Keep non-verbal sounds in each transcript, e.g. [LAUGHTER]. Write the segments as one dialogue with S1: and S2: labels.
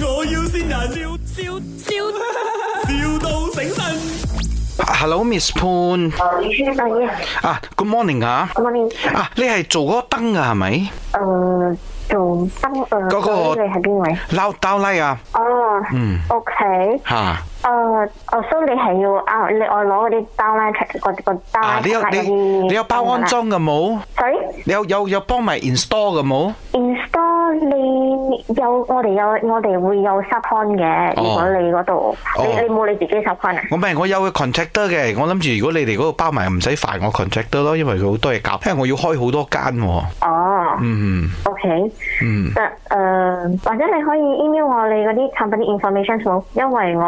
S1: 要先人，笑笑笑，,笑到醒神。 [LAUGHS]
S2: Hello，Miss 潘
S3: 係啊
S2: 啊，Good morning 啊，
S3: 我哋
S2: 啊，你係做嗰個燈啊，係咪？
S3: 誒呃做燈誒，
S2: 嗰個
S3: 咁你係邊位？
S2: 撈兜拉啊，
S3: 哦，
S2: 嗯
S3: ，OK，誒，
S2: 吓
S3: 哦，所以你係要啊，你我攞嗰啲 downline 出嗰個
S2: 啊，
S3: downline
S2: 你有你你有包安裝嘅冇？
S3: ？sorry，install
S2: 你有有有幫埋 install 嘅冇？
S3: 你有我哋有我哋會有 support 嘅，如
S2: 哦
S3: 果你嗰度你你冇你自己 support 啊？
S2: 我咪我有個 contractor 嘅，我諗住如果你哋嗰個包埋唔使煩我 contractor 咯，因為佢好多嘢搞，因為我要開好多間喎。
S3: 哦
S2: 嗯
S3: ，OK。
S2: 嗯，
S3: 得誒、或者你可以 email 我你嗰啲產品啲 information 冇，因為我誒、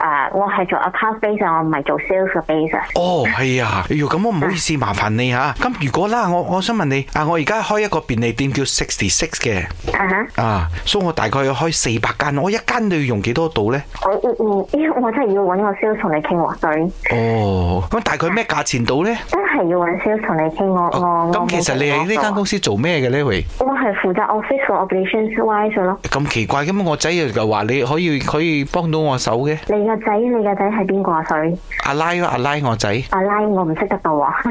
S3: 啊我係做 account base，啊我唔係做 sales base 啊。
S2: 哦係啊，哎呦咁我唔好意思麻煩你吓。咁如果啦，我我想問你啊，我而家開一個便利店叫 Sixty Six 嘅
S3: 啊哈！
S2: 啊，所以我大概要開四百間，我一間都要用幾多度呢？
S3: 我嗯嗯，我真係要揾個 sales 同你傾喎，sorry，
S2: 哦，咁大概咩價錢到呢？
S3: 真係要揾 sales 同你傾我我
S2: 哦
S3: 我。
S2: 咁其實你喺呢間公
S3: 司，
S2: 司做咩嘅呢？喂？
S3: 我係負責 office 同 operations wise 咯。
S2: 咁奇怪，咁我仔又話你可以可以幫到我手嘅，
S3: 你個仔，你個仔係邊個啊？sorry，
S2: 阿拉咯阿拉我仔，唔
S3: 阿拉我唔識得到啊。 [LAUGHS]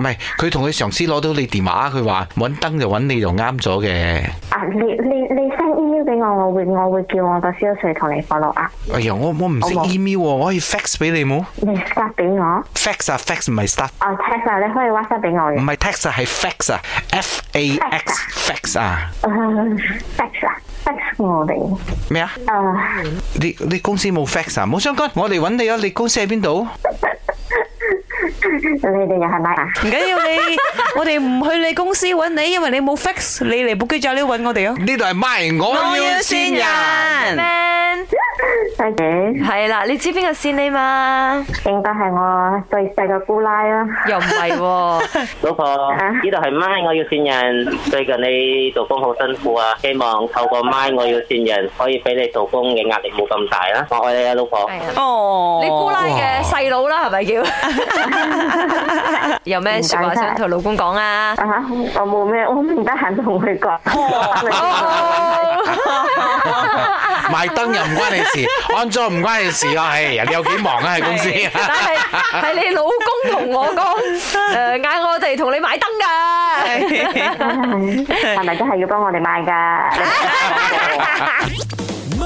S2: 係佢同佢上司攞到你電話，佢話揾燈就揾你就啱咗嘅。
S3: 啊，你你你 send email 俾我，我會我會叫我個 sales 嚟同你 follow 啊。
S2: 哎呀，我我唔識
S3: 好冇
S2: email 喎，我可以 fax 俾你冇
S3: 你 start 俾我，啊
S2: ？fax 啊 fax 唔係 s t u f
S3: text 啊，你可以 WhatsApp 俾我嘅
S2: 唔。係 text 啊，係 fax 啊，f a x fax 啊，
S3: [LAUGHS] 哎 sex 啊，sex 我哋
S2: 咩啊？
S3: 啊，
S2: 你你公司冇 fax 啊？冇相干，我嚟揾你啊！你公司喺邊度？
S3: 你哋又係咪啊？
S4: 唔緊要你，我哋唔去你公司揾你，因為你冇 fix，你嚟 book 你揾我哋啊。
S2: 呢度係 my 我要先人。
S5: Man，
S3: 細姐
S5: 係啦，你知邊個先你嘛？
S3: 啊 [LAUGHS] 應該係我最細嘅姑奶啊啦。
S5: 又唔係喎，
S6: 老婆，呢度係咪我要線人。最近你做工好辛苦啊，希望透過咪我要線人，可以俾你做工嘅壓力冇咁大啦。我愛你啊，老婆。
S4: à.
S5: 係啊，
S4: 哦，
S5: 你姑奶嘅細佬啦，係咪叫？有咩説話想同老公講啊？
S3: 啊，我冇咩，我唔得閒同佢講。
S5: 哦
S3: [LAUGHS]
S2: 賣燈又唔關你事，安裝唔關你事啊！唉，人哋有幾忙啊喺公司。
S5: 但係係你老公同我講，誒嗌我哋同你買燈㗎。
S3: 係咪真係要幫我哋買㗎？
S1: 咪 [LAUGHS]